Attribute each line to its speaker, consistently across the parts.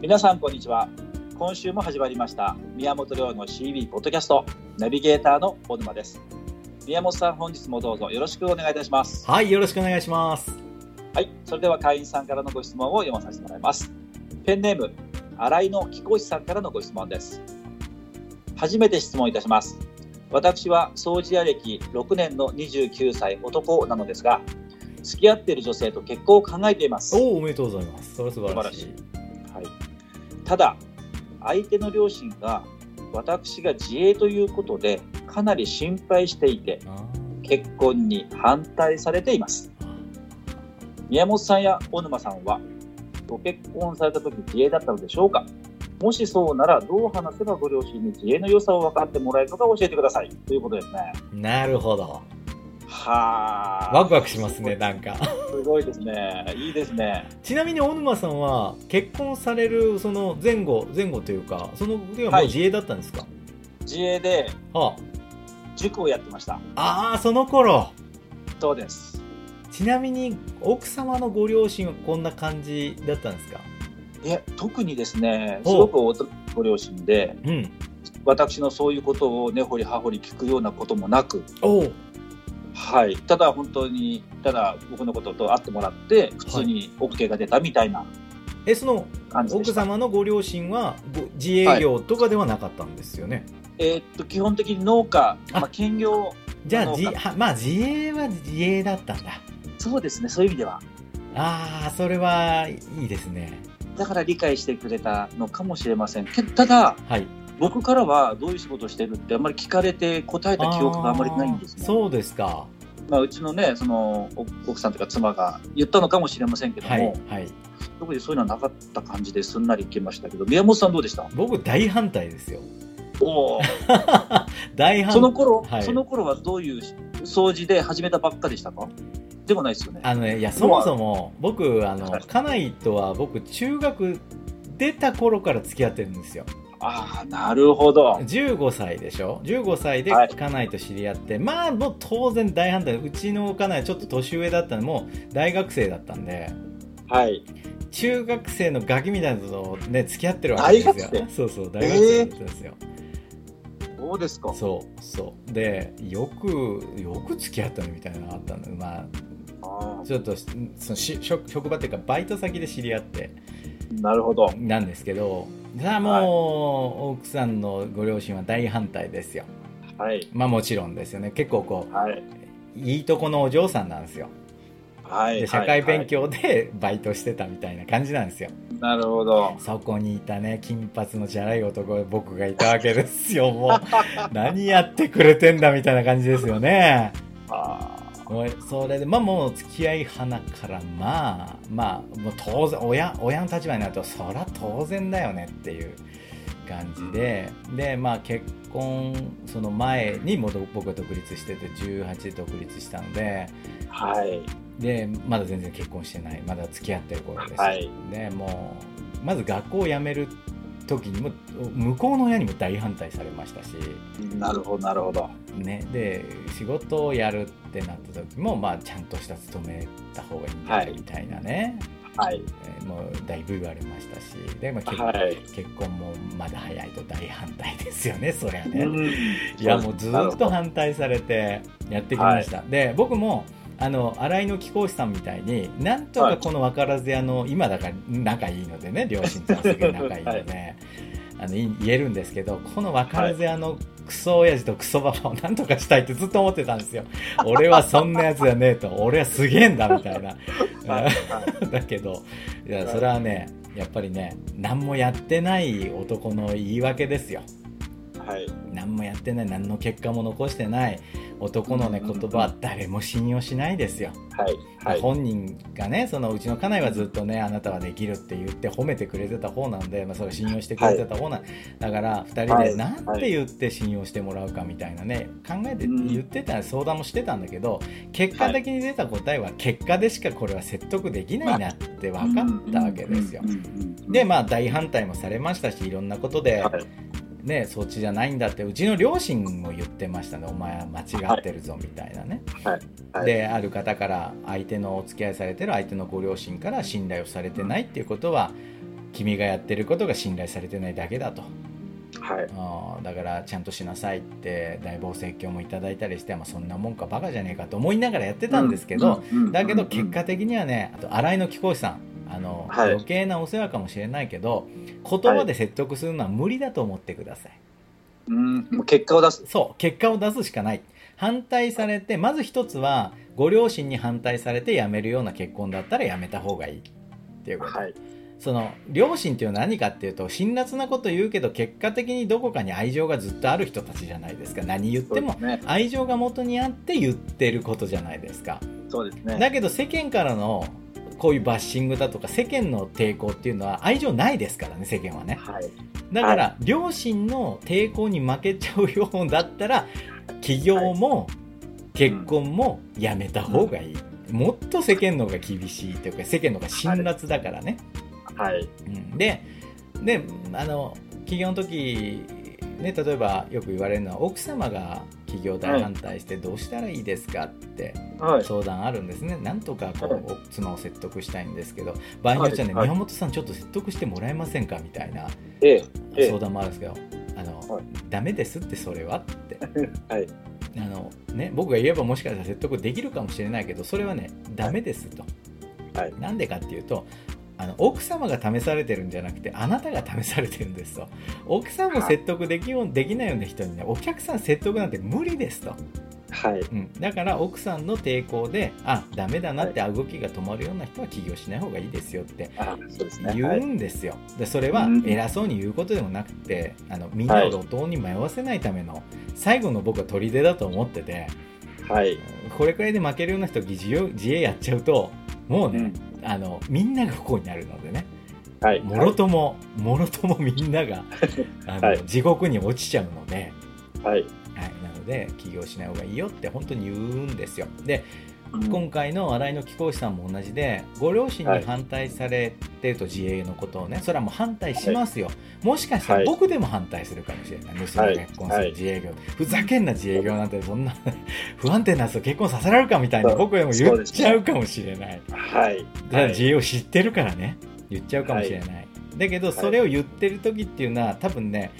Speaker 1: 皆さんこんにちは今週も始まりました宮本亮の CB ポッドキャストナビゲーターの小沼です宮本さん本日もどうぞよろしくお願いいたします
Speaker 2: はい、よろしくお願いします。
Speaker 1: はいそれでは会員さんからのご質問を読まさせてもらいますペンネーム新井の貴公子さんからのご質問です初めて質問いたします私は掃除屋歴6年の29歳男なのですが付き合っている女性と結婚を考えています
Speaker 2: おお、おめでとうございます。それは素晴らしい。
Speaker 1: 素はい、ただ相手の両親が私が自衛ということでかなり心配していて
Speaker 2: あ
Speaker 1: 結婚に反対されています宮本さんや小沼さんはご結婚された時自衛だったのでしょうかもしそうならどう話せばご両親に自衛の良さを分かってもらえるのか教えてくださいということですね
Speaker 2: ーなるほど。
Speaker 1: はあ
Speaker 2: ワクワクしますね、なんか。
Speaker 1: すごいですねいいですね
Speaker 2: ちなみに小沼さんは、結婚されるその前後、前後というか、その時はも
Speaker 1: は
Speaker 2: う
Speaker 1: い
Speaker 2: 自営だったんですか、
Speaker 1: 自衛で
Speaker 2: は
Speaker 1: 塾をやってました
Speaker 2: ああー、その頃。
Speaker 1: そうです
Speaker 2: ちなみに、奥様のご両親はこんな感じだったんですか
Speaker 1: いや特にですねすご
Speaker 2: ほう
Speaker 1: くおとご両親で
Speaker 2: うん。
Speaker 1: 私のそういうことを根掘り葉掘り聞くようなこともなく、
Speaker 2: おお、
Speaker 1: はい、ただ本当にただ僕のことと会ってもらって普通に OK が出たみたいな
Speaker 2: え、その、
Speaker 1: 感じで
Speaker 2: 奥
Speaker 1: した、
Speaker 2: 様のご両親は、ご自営業とかではなかったんですよね。
Speaker 1: えーっと基本的に農家、
Speaker 2: あ
Speaker 1: まあ、兼業
Speaker 2: じゃ
Speaker 1: な
Speaker 2: あ、
Speaker 1: の
Speaker 2: じ
Speaker 1: か
Speaker 2: はまあ、自営は自営だったんだ。
Speaker 1: そうですねそういう意味では
Speaker 2: ああそれはいいですね
Speaker 1: だから理解してくれたのかもしれませんけどただ
Speaker 2: はい
Speaker 1: 僕からはどういう仕事をしてるってあんまり聞かれて答えた記憶があんまりないんです
Speaker 2: あー
Speaker 1: ね
Speaker 2: そうですか
Speaker 1: まあ、うちのねそのお奥さんというか妻が言ったのかもしれませんけども、
Speaker 2: はいはい
Speaker 1: 特にそういうのはなかった感じですんなりいけましたけど宮本さんどうでした
Speaker 2: 僕大反対ですよ
Speaker 1: おお
Speaker 2: 大 反
Speaker 1: その頃、
Speaker 2: はい
Speaker 1: その頃はどういう掃除で始めたばっかでしたかでもないですよね
Speaker 2: あのねいやそもそも僕あの
Speaker 1: はい
Speaker 2: 家内とは僕中学出た頃から付き合ってるんですよ
Speaker 1: ああなるほど
Speaker 2: 15歳でしょ15歳で
Speaker 1: はい
Speaker 2: 家内と知り合って、まあもう当然大反対うちの家内ちょっと年上だったのもう大学生だったんで
Speaker 1: はい
Speaker 2: 中学生のガキみたいなのとね付き合ってるわけですよ
Speaker 1: 大学
Speaker 2: そうそう大学生だったんですよ、
Speaker 1: そうですか
Speaker 2: そうそうでよくよく付き合ったのみたいなのがあったんだまあ
Speaker 1: あ
Speaker 2: ちょっとそのし職職場っていうかバイト先で知り合って
Speaker 1: ーなるほど
Speaker 2: なんですけどさあもう、奥さんのご両親は大反対ですよ
Speaker 1: はい
Speaker 2: まあもちろんですよね結構こ
Speaker 1: はい、
Speaker 2: ういいとこのお嬢さんなんですよ
Speaker 1: はい、
Speaker 2: で社会勉
Speaker 1: 強、
Speaker 2: 強でバイトしてたみたいな感じなんですよ
Speaker 1: なるほど
Speaker 2: そこにいたね金髪のチャラい男僕がいたわけですよ もう何やってくれてんだみたいな感じですよね
Speaker 1: あ
Speaker 2: おいそれでまあもう付き合い花からまあまあもう当然親親の立場になるとそりゃ当然だよねっていう感じででまあ結婚その前にもう僕は独立してて18で独立したので
Speaker 1: ーはい
Speaker 2: でまだ全然結婚してないまだ付き合ってる頃です、
Speaker 1: はい
Speaker 2: でもうまず学校を辞める時にも向こうの親にも大反対されましたし
Speaker 1: なるほどなるほど
Speaker 2: ね、で仕事をやるってなった時も、まあ、ちゃんとした勤めた方がいいんだ
Speaker 1: はい
Speaker 2: よみたいなね、
Speaker 1: はい
Speaker 2: えーもうだいぶ言われましたしで、まあ結
Speaker 1: はい
Speaker 2: 結婚もまだ早いと大反対ですよねそりゃね、
Speaker 1: うん
Speaker 2: いやもうず
Speaker 1: なる
Speaker 2: っ
Speaker 1: ほ
Speaker 2: と
Speaker 1: ど
Speaker 2: 反対されてやってきました、で僕もあの新井の貴公子さんみたいになんと
Speaker 1: は
Speaker 2: か
Speaker 1: い
Speaker 2: この分からず屋の今だから仲いいのでね両親とはすごい仲いいので、 あのい言えるんですけどこの分からず屋のクソ親父とクソババを なんとかしたいってずっと思ってたんですよ俺はそんなやつじゃねえと俺はすげえんだみたいな
Speaker 1: はいはい
Speaker 2: だけどいや
Speaker 1: はい
Speaker 2: それはねやっぱりね何もやってない男の言い訳ですよ
Speaker 1: はい
Speaker 2: 何もやってない何の結果も残してない男のね
Speaker 1: うんうんうん
Speaker 2: 言葉は誰も信用しないですよ、
Speaker 1: はいはい
Speaker 2: 本人がねそのうちの家内はずっとねあなたはできるって言って褒めてくれてた方なんで、まあ、それを信用してくれてた方なん、だから2人
Speaker 1: は
Speaker 2: で
Speaker 1: い
Speaker 2: なんて言って信用してもらうかみたいなね考えて
Speaker 1: うん
Speaker 2: 言ってた相談もしてたんだけど結果的に出た答えは結果でしかこれは説得できないなって分かったわけですよ
Speaker 1: うん。うんうんうん
Speaker 2: でまあ大反対もされましたしいろんなことで
Speaker 1: はい
Speaker 2: ね、そっちじゃないんだってうちの両親も言ってましたねお前は間違ってるぞみたいなね、
Speaker 1: はいはい
Speaker 2: である方から相手のお付き合いされてる相手のご両親から信頼をされてないっていうことは君がやってることが信頼されてないだけだと
Speaker 1: はい。
Speaker 2: あーだからちゃんとしなさいって大暴説教もいただいたりして、まあ、そんなもんかバカじゃねえかと思いながらやってたんですけど、
Speaker 1: うん、
Speaker 2: だけ
Speaker 1: う
Speaker 2: ど
Speaker 1: ん
Speaker 2: 結果的にはねあと新井の貴公子さんあの、
Speaker 1: はい
Speaker 2: 余計なお世話かもしれないけど言葉で説得するのは無理だと思ってください、
Speaker 1: うん、もう結果を出す。
Speaker 2: そう結果を出すしかない反対されてまず一つはご両親に反対されて辞めるような結婚だったら辞めた方がいいっていうこと、
Speaker 1: はい。
Speaker 2: その両親っていうのは何かっていうと辛辣なこと言うけど結果的にどこかに愛情がずっとある人たちじゃないですか何言っても
Speaker 1: そうですね。
Speaker 2: 愛情が元にあって言ってることじゃないですか
Speaker 1: そうですね。
Speaker 2: だけど世間からのこういうバッシングだとか世間の抵抗っていうのは愛情ないですからね世間はね
Speaker 1: はい。
Speaker 2: だから両親の抵抗に負けちゃうようだったら起業も結婚もやめた方がいい、もっと世間の方が厳しいというか世間の方が辛辣だからね、
Speaker 1: はい。
Speaker 2: うん、でであの起業の時ね、例えばよく言われるのは奥様が起業大反対してどうしたらいいですかって
Speaker 1: はい。
Speaker 2: 相談あるんですね、なんとかこう、
Speaker 1: はい
Speaker 2: お妻を説得したいんですけど、場合によってはね、
Speaker 1: はいはい
Speaker 2: 宮本さん、ちょっと説得してもらえませんかみたいな
Speaker 1: ええ。ええ
Speaker 2: 相談もあるんですけど、あの
Speaker 1: はい
Speaker 2: ダメですって、それはって
Speaker 1: はい。
Speaker 2: あの、ね、僕が言えばもしかしたら説得できるかもしれないけど、それはね、ダメですと。
Speaker 1: はい
Speaker 2: なんでかっていうとあの奥様が試されてるんじゃなくてあなたが試されてるんですと奥さんも説得できようできないような人にねお客さん説得なんて無理ですと
Speaker 1: はい。
Speaker 2: うん、だから奥さんの抵抗であダメだなって動きが止まるような人は起業しない方がいいですよって
Speaker 1: あ、そうですね。
Speaker 2: 言
Speaker 1: は
Speaker 2: う
Speaker 1: い。
Speaker 2: んですよ、でそれは
Speaker 1: うん
Speaker 2: 偉そうに言うことでもなくてあのみんなを路頭に迷わせないための最後の僕は砦だと思ってて
Speaker 1: はい。
Speaker 2: これくらいで負けるような人自由自衛やっちゃうともうね、あのみんなが不幸になるのでね
Speaker 1: はい。
Speaker 2: もろとももろともみん ながあの、
Speaker 1: はい
Speaker 2: 地獄に落ちちゃうので。
Speaker 1: はい。
Speaker 2: はい、なので起業しない方がいいよって本当に言うんですよで
Speaker 1: うん
Speaker 2: 今回の新井の貴公子さんも同じでご両親
Speaker 1: は
Speaker 2: に
Speaker 1: い
Speaker 2: 反対されてると自営のことをねそれはもう反対しますよ、もしかした
Speaker 1: は
Speaker 2: ら
Speaker 1: い
Speaker 2: 僕でも反対するかもしれない娘が結婚す
Speaker 1: は
Speaker 2: る
Speaker 1: い
Speaker 2: 自営業、ふざけんな自営業なんてそんな 不安定なやつと結婚させられるかみたいに
Speaker 1: そう
Speaker 2: 僕でも言っちゃうかもしれない
Speaker 1: はい。
Speaker 2: ただ自営を知ってるからね言っちゃうかもしれない、だけどそれを言ってる時っていうのは多分ね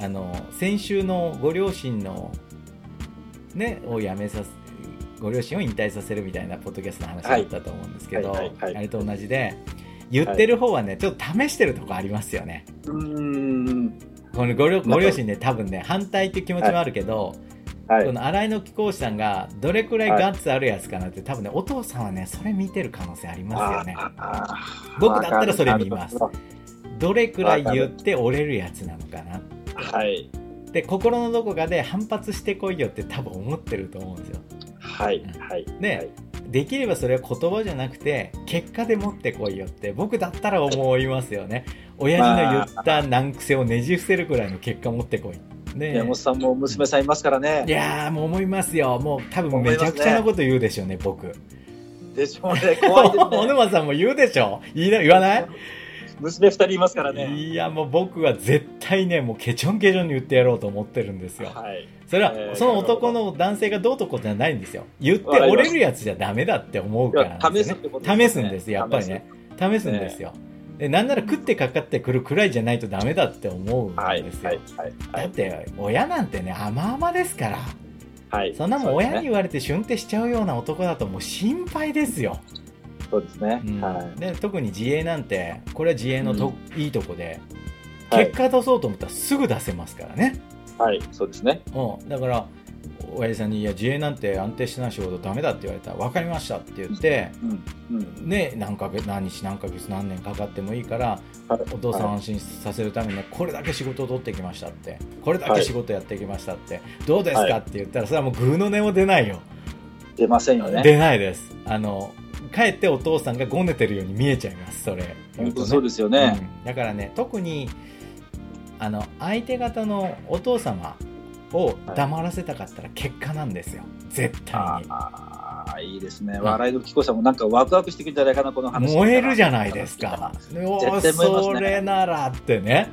Speaker 2: あの先週のご両親のねを辞めさせご両親を引退させるみたいなポッドキャストの話だったと思うんですけど、
Speaker 1: はいはいはい
Speaker 2: あれと同じで言ってる方はねちょっと試してるとこありますよね
Speaker 1: うーん。
Speaker 2: このご両ご両親ね多分ね反対っていう気持ちもあるけど、
Speaker 1: はい
Speaker 2: こ。の新井の貴公子さんがどれくらいガッツあるやつかなって、多分ねお父さんはねそれ見てる可能性ありますよね
Speaker 1: あー
Speaker 2: 僕だったらそれ見ます
Speaker 1: わか
Speaker 2: どれくらい言って折れるやつなのかな
Speaker 1: るはい。
Speaker 2: で心のどこかで反発してこいよって多分思ってると思うんですよ
Speaker 1: はい。はい。
Speaker 2: ね
Speaker 1: はい
Speaker 2: できればそれは言葉じゃなくて結果で持ってこいよって僕だったら思いますよね親父の言った難癖をねじ伏せるくらいの結果持ってこいねえ
Speaker 1: 宮本さんも娘さんいますからね
Speaker 2: い。やーもう思いますよもう多分めちゃくちゃなこと言うでしょうね僕
Speaker 1: でしょうね。怖いです
Speaker 2: 小
Speaker 1: ね。
Speaker 2: 沼 さんも言うでしょ言いな言わない
Speaker 1: 娘二人いますからね。
Speaker 2: いやもう僕は絶対ねもうケチョンケチョンに言ってやろうと思ってるんですよ
Speaker 1: はい。
Speaker 2: それは
Speaker 1: えー
Speaker 2: その男の男性がどうとこうじゃないんですよ言って
Speaker 1: わかり
Speaker 2: 折
Speaker 1: ま
Speaker 2: れ
Speaker 1: す
Speaker 2: るやつじゃダメだって思うからなんで
Speaker 1: 試
Speaker 2: す
Speaker 1: すっ
Speaker 2: よ
Speaker 1: てこと
Speaker 2: ね試すんですやっぱりね。試すん
Speaker 1: ね
Speaker 2: ですよでなんなら食ってかかってくるくらいじゃないとダメだって思うん
Speaker 1: はい
Speaker 2: で。すよ、
Speaker 1: はい。はい。は
Speaker 2: だ
Speaker 1: い。
Speaker 2: って親なんてね甘々ですから
Speaker 1: はい。
Speaker 2: そんなもん親に
Speaker 1: に。
Speaker 2: 言われてシュンってしちゃうような男だともう心配ですよ、
Speaker 1: そうですね
Speaker 2: う。ん
Speaker 1: はい。
Speaker 2: で特に自営なんてこれは自営のと、いいとこで
Speaker 1: はい
Speaker 2: 結果出そうと思ったらすぐ出せますからね、
Speaker 1: はい。そうですね。
Speaker 2: うん、だから親父さんに「いや自営なんて安定してない仕事ダメだ」って言われたら「分かりました」って言って、
Speaker 1: うん。うん。
Speaker 2: ね、何ヶ月何日何ヶ月何年かかってもいいから
Speaker 1: はい
Speaker 2: お父さんを安心させるためにねこれだけ仕事を取ってきましたってこれだけ仕事やってきましたって、どうです
Speaker 1: は
Speaker 2: か
Speaker 1: い
Speaker 2: って言ったらそれはもうグーの音も出ないよ、
Speaker 1: 出ませんよね。
Speaker 2: 出ないですあのかえってお父さんがごねてるように見えちゃいますそれ
Speaker 1: 本当そうですよ
Speaker 2: 言うと
Speaker 1: ね。
Speaker 2: うんだからね特にあの相手方のお父様を黙らせたかったら結果なんですよ絶対に
Speaker 1: ああ、いいですね。笑いの貴子さんもなんかワクワクしてくるんじゃないかな、この話。
Speaker 2: 燃えるじゃないですか。お
Speaker 1: 絶対燃えますね
Speaker 2: それならってね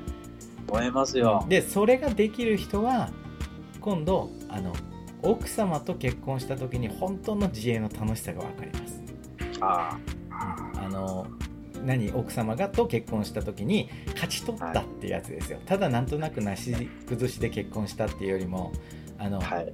Speaker 1: 燃えますよ。
Speaker 2: でそれができる人は今度あの奥様と結婚した時に本当の自衛の楽しさが分かります
Speaker 1: あ
Speaker 2: あの何奥様がと結婚した時に勝ち取ったっていうやつですよただなんとなくなし崩しで結婚したっていうよりもあの、
Speaker 1: はい、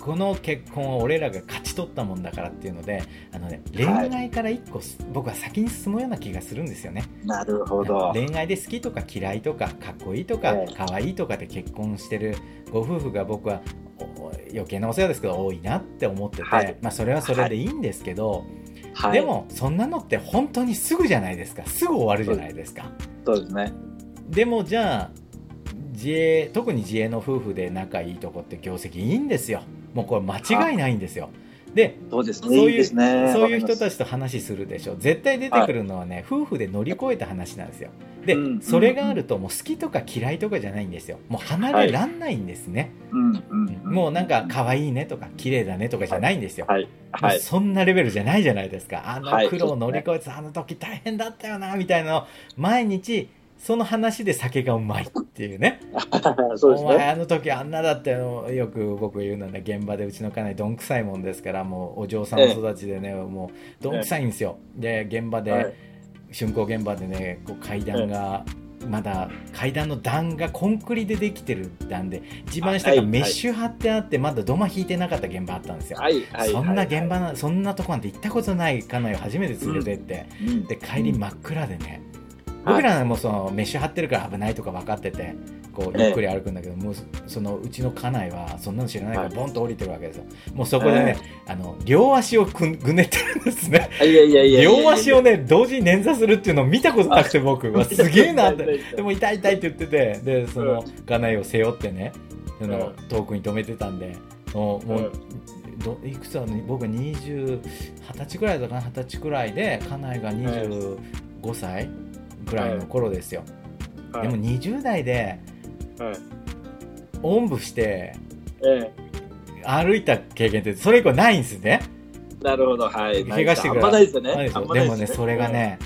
Speaker 2: この結婚は俺らが勝ち取ったもんだからっていうのであの、ね、恋
Speaker 1: はい
Speaker 2: 愛から一個す、僕は先に進むような気がするんですよね
Speaker 1: なるほど。
Speaker 2: 恋愛で好きとか嫌いとかかっこいいとか
Speaker 1: はい
Speaker 2: 可愛いとかで結婚してるご夫婦が僕はおお余計なお世話ですけど多いなって思ってて、
Speaker 1: はい
Speaker 2: まあ、それはそれでいいんですけど、
Speaker 1: はい、
Speaker 2: でもそんなのって本当にすぐじゃないですかすぐ終わるじゃないですか。
Speaker 1: そうですね。
Speaker 2: でもじゃあ自営特に自営の夫婦で仲いいとこって業績いいんですよもうこれ間違いないんですよ。で
Speaker 1: そうです
Speaker 2: そう
Speaker 1: ね。
Speaker 2: いう
Speaker 1: いいですね。
Speaker 2: そういう人た
Speaker 1: ち。
Speaker 2: ちと話するでしょ絶対出てくるのはね、夫婦で乗り越えた話なんですよで、
Speaker 1: うん
Speaker 2: それがあるともう好きとか嫌いとかじゃないんですよもう離れらんないんですね、
Speaker 1: うんうん、
Speaker 2: もうなんか可愛いねとか綺麗だねとかじゃないんですよ、
Speaker 1: はいは
Speaker 2: もう
Speaker 1: い
Speaker 2: そんなレベルじゃないじゃないですかあ
Speaker 1: は
Speaker 2: の
Speaker 1: い
Speaker 2: 苦労を乗り越えてたあの時大変だったよなみたいなのを毎日その話で酒がうまいっていうね
Speaker 1: そうです
Speaker 2: お前
Speaker 1: ね。
Speaker 2: あの時あんなだったよよく僕言うのはね現場でうちの家内どんくさいもんですからもうお嬢さん育ちでね、もうどんくさいんですよ、で現場で、
Speaker 1: はい
Speaker 2: 竣工現場でねこう階段が、まだ階段の段がコンクリでできてる段で一番下
Speaker 1: は
Speaker 2: が
Speaker 1: い
Speaker 2: メッシュ張ってあってまだ土間引いてなかった現場あったんですよ、
Speaker 1: はいはい。
Speaker 2: そんな現場
Speaker 1: の、
Speaker 2: なそんなとこなんて行ったことない家内を初めて連れてって、
Speaker 1: うん
Speaker 2: で帰り真っ暗でね、
Speaker 1: はい
Speaker 2: 僕らはもうその飯張ってるから危ないとか分かっててこう
Speaker 1: ええ
Speaker 2: ゆっくり歩くんだけど、もうそのうちの家内はそんなの知らないから
Speaker 1: はい
Speaker 2: ボンと降りてるわけですよ、もうそこでね、あの両足をくんぐねってるんですね
Speaker 1: いやいやいやいやいやいや。
Speaker 2: 両足をね同時に捻挫するっていうのを見たことなくて僕はすげえ なってで
Speaker 1: で
Speaker 2: も
Speaker 1: も、
Speaker 2: 痛い痛いって言っててでその家内を背負ってねその
Speaker 1: う
Speaker 2: 遠くに止めてたんでもうも
Speaker 1: う
Speaker 2: うどいくつだろう僕2020歳くらいだったかな20歳くらいで家内が25歳くらいの頃ですよ、
Speaker 1: はい
Speaker 2: でも20代で
Speaker 1: はい
Speaker 2: おんぶして
Speaker 1: え
Speaker 2: 歩いた経験ってそれ以降ないんですね
Speaker 1: え、なるほど、はい。
Speaker 2: 怪我してく
Speaker 1: あ
Speaker 2: る
Speaker 1: んまないですよね。
Speaker 2: ないです
Speaker 1: あ
Speaker 2: よ
Speaker 1: んま
Speaker 2: で
Speaker 1: ない
Speaker 2: もねそれが。ね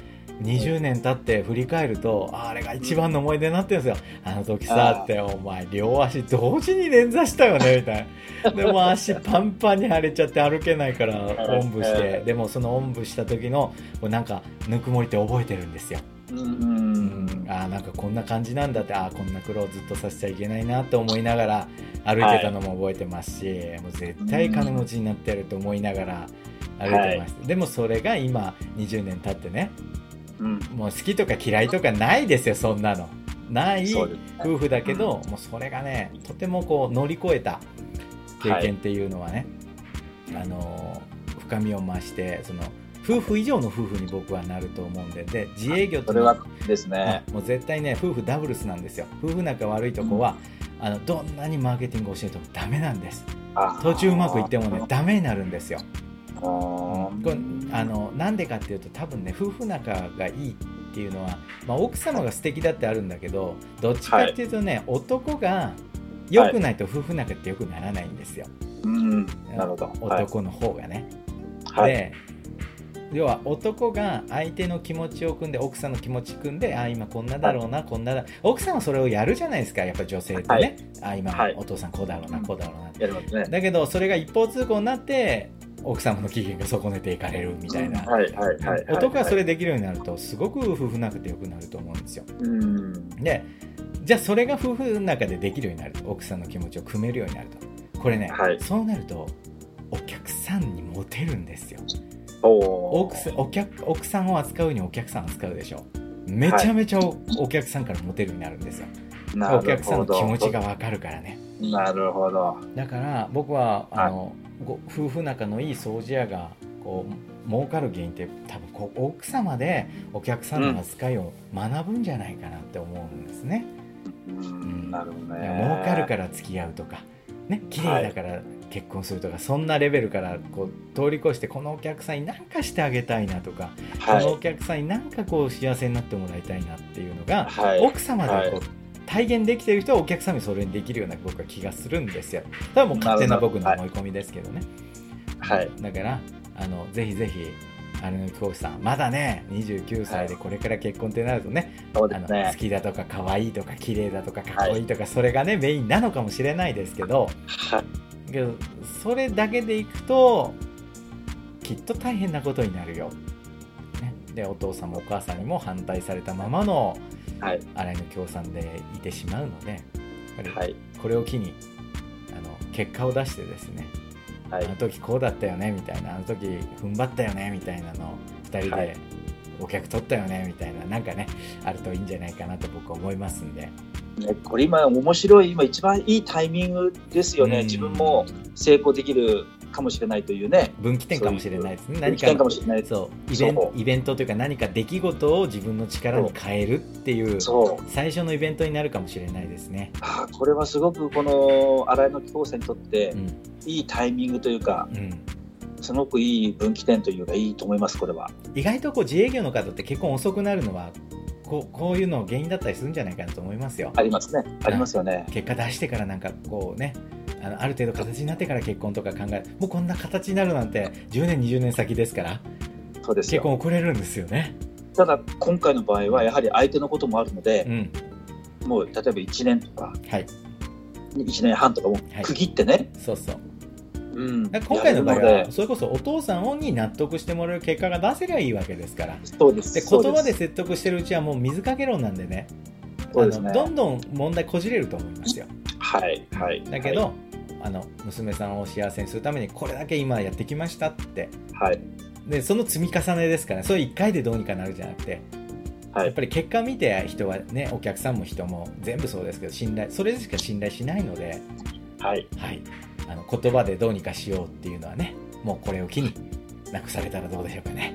Speaker 2: 20年経って振り返るとああれが一番の思い出になってるんですよあの時
Speaker 1: あ
Speaker 2: さ
Speaker 1: ー
Speaker 2: ってお前両足同時に捻挫したよねみたいなでも足パンパンに腫れちゃって歩けない からおんぶしてでもそのおんぶした時のこうなんかぬくもりって覚えてるんですよ
Speaker 1: うんうん
Speaker 2: うんあーなんかこんな感じなんだってあーこんな苦労ずっとさせちゃいけないなって思いながら歩いてたのも覚えてますし、もう絶対金持ちになってやると思いながら歩いてました、でもそれが今20年経ってね
Speaker 1: うん。
Speaker 2: もう好きとか嫌いとかないですよそんなのない
Speaker 1: そうですね。
Speaker 2: 夫婦だけど、もうそれがねとてもこう乗り越えた経験っていうのはね、あのー深みを増してその夫婦以上の夫婦に僕はなると思うんでで自営業って
Speaker 1: そ
Speaker 2: いう
Speaker 1: れ
Speaker 2: のは
Speaker 1: はですね。
Speaker 2: もう絶対ね夫婦ダブルスなんですよ夫婦仲悪いとこは、あのどんなにマーケティングを教えてもダメなんです
Speaker 1: あー
Speaker 2: 途中うまくいっても ねダメになるんですよ、
Speaker 1: あ
Speaker 2: うんこれあのなんでかっていうと多分ね夫婦仲がいいっていうのは、まあ、奥様が素敵だってあるんだけどどっちかっていうとね、男が良くないと夫婦仲って良くならないんですよ、
Speaker 1: うん。なるほど。はい。
Speaker 2: 男の方がね、
Speaker 1: はい。
Speaker 2: で要は男が相手の気持ちを組んで奥さんの気持ち組んであ今こんなだろうな、こんなだ奥さんはそれをやるじゃないですかやっぱ女性ってね、あ今
Speaker 1: はい
Speaker 2: お父さんこうだろうな、こうだろうなって
Speaker 1: やりますね。
Speaker 2: だけどそれが一方通行になって奥様の機嫌が損ねていかれるみたいな、
Speaker 1: うんはいはいはいはい
Speaker 2: 男がそれできるようになるとすごく夫婦仲って良くなると思うんですよ
Speaker 1: うん。
Speaker 2: でじゃあそれが夫婦仲でできるようになる奥さんの気持ちを組めるようになるとこれね、
Speaker 1: はい
Speaker 2: そうなるとお客さんにモテるんですよ
Speaker 1: お
Speaker 2: 奥さんお客奥さんを扱うにお客さん扱うでしょめちゃめちゃお,、客さんからモテるようになるんですよお客さんの気持ちが。分かるからね
Speaker 1: なるほど。
Speaker 2: だから僕はあの、ご夫婦仲のいい掃除屋がこう儲かる原因って多分こう奥様でお客さんの扱いを学ぶんじゃないかなって思うんですね、
Speaker 1: うん。なるほど
Speaker 2: だから
Speaker 1: ね。
Speaker 2: 儲かるから付き合うとかね綺麗だから結婚するとか、そんなレベルからこう通り越してこのお客さんに何かしてあげたいなとか、
Speaker 1: は
Speaker 2: この
Speaker 1: い
Speaker 2: お。客さんに何かこう幸せになってもらいたいなっていうのが、
Speaker 1: はい。
Speaker 2: 奥様でこう体現できてる人はお客様にそれにできるような僕は気がするんですよ。それはもう勝手な僕の思い込みですけどね。
Speaker 1: はい。
Speaker 2: だからあのぜひぜひあれの教師さんまだね29歳でこれから結婚ってなるとね,、
Speaker 1: そうで
Speaker 2: あ
Speaker 1: す
Speaker 2: の好
Speaker 1: ね。
Speaker 2: きだとか可愛いとか綺麗だとかかっこいいとか、それがねメインなのかもしれないですけど
Speaker 1: はい。
Speaker 2: けどそれだけでいくときっと大変なことになるよ。ねでお父さんもお母さんにも反対されたままの
Speaker 1: はい
Speaker 2: 荒井の協賛でいてしまうのでやっぱり
Speaker 1: はい
Speaker 2: これを機にあの結果を出してですね
Speaker 1: は
Speaker 2: あの
Speaker 1: い
Speaker 2: 時こうだったよねみたいなあの時踏ん張ったよねみたいなのを2人
Speaker 1: はい
Speaker 2: でお客取ったよねみたいななんかねあるといいんじゃないかなと僕思いますんで。
Speaker 1: ねこれ今面白い今一番いいタイミングですよ
Speaker 2: う
Speaker 1: ね
Speaker 2: ん
Speaker 1: 自分も成功できるかもしれないというね
Speaker 2: 分岐点かもしれないですね
Speaker 1: 分
Speaker 2: 何
Speaker 1: 岐点か
Speaker 2: か
Speaker 1: もしれない
Speaker 2: そうイベン
Speaker 1: そ
Speaker 2: イベントというか何か出来事を自分の力に変えるっていう
Speaker 1: そう
Speaker 2: 最初のイベントになるかもしれないですね。
Speaker 1: あーこれはすごくこの新井の高生にとって
Speaker 2: うん
Speaker 1: いいタイミングというか
Speaker 2: うん
Speaker 1: すごくいい分岐点というかいいと思いますこれは
Speaker 2: 意外とこう自営業の方って結婚遅くなるのはこうこういうの原因だったりするんじゃないかなと思いますよ。
Speaker 1: ありますねありますよね
Speaker 2: 結果出してからなんかこうねあのある程度形になってから結婚とか考えるもうこんな形になるなんて10年20年先ですから
Speaker 1: そうです
Speaker 2: 結
Speaker 1: よ
Speaker 2: 婚遅れるんですよね
Speaker 1: ただ今回の場合はやはり相手のこともあるの
Speaker 2: う
Speaker 1: で
Speaker 2: ん
Speaker 1: もう例えば1年とか
Speaker 2: はい
Speaker 1: 1年半とかもう区切ってね
Speaker 2: そうそう
Speaker 1: うん
Speaker 2: だから今回の場合
Speaker 1: やる
Speaker 2: は
Speaker 1: ので
Speaker 2: それこそお父さんに納得してもらえる結果が出せりゃいいわけですから
Speaker 1: そうです
Speaker 2: で
Speaker 1: そう
Speaker 2: 言葉で説得してるうちはもう水かけ論なんでね
Speaker 1: そうです
Speaker 2: あの
Speaker 1: ね
Speaker 2: どんどん問題こじれると思いますよ
Speaker 1: はいはい
Speaker 2: だけど、あの娘さんを幸せにするためにこれだけ今やってきましたって
Speaker 1: はい
Speaker 2: でその積み重ねですから、ね、それ1回でどうにかなるじゃなくて、
Speaker 1: はい
Speaker 2: やっぱり結果見て人はねお客さんも人も全部そうですけど信頼それしか信頼しないので、
Speaker 1: はい
Speaker 2: はい、あの言葉でどうにかしようっていうのはねもうこれを機になくされたらどうでしょうかね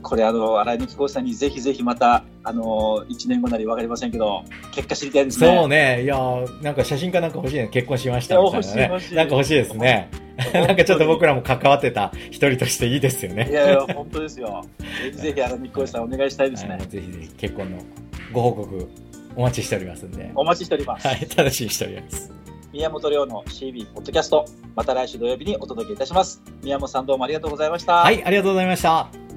Speaker 1: これあの新井の貴公さんにぜひぜひまたあの1年後なり分かりませんけど結果知りたいですね
Speaker 2: そうねいやーなんか写真かなんか欲しいね結婚しましたみたいなね
Speaker 1: いや欲しい欲しい
Speaker 2: なんか欲しいですねなんかちょっと僕らも関わってた一人としていいですよね
Speaker 1: いやいや、本当ですよ。ぜひぜひ、あの、みっこさん、お願いしたいですね
Speaker 2: はいも。うぜひぜひ結婚のご報告お待ちしておりますんで
Speaker 1: お待ちしております。
Speaker 2: はい楽しみにしております
Speaker 1: 宮本亮の CB ポッドキャスト、また来週土曜日にお届けいたします。宮本さん、どうもありがとうございました。
Speaker 2: はいありがとうございました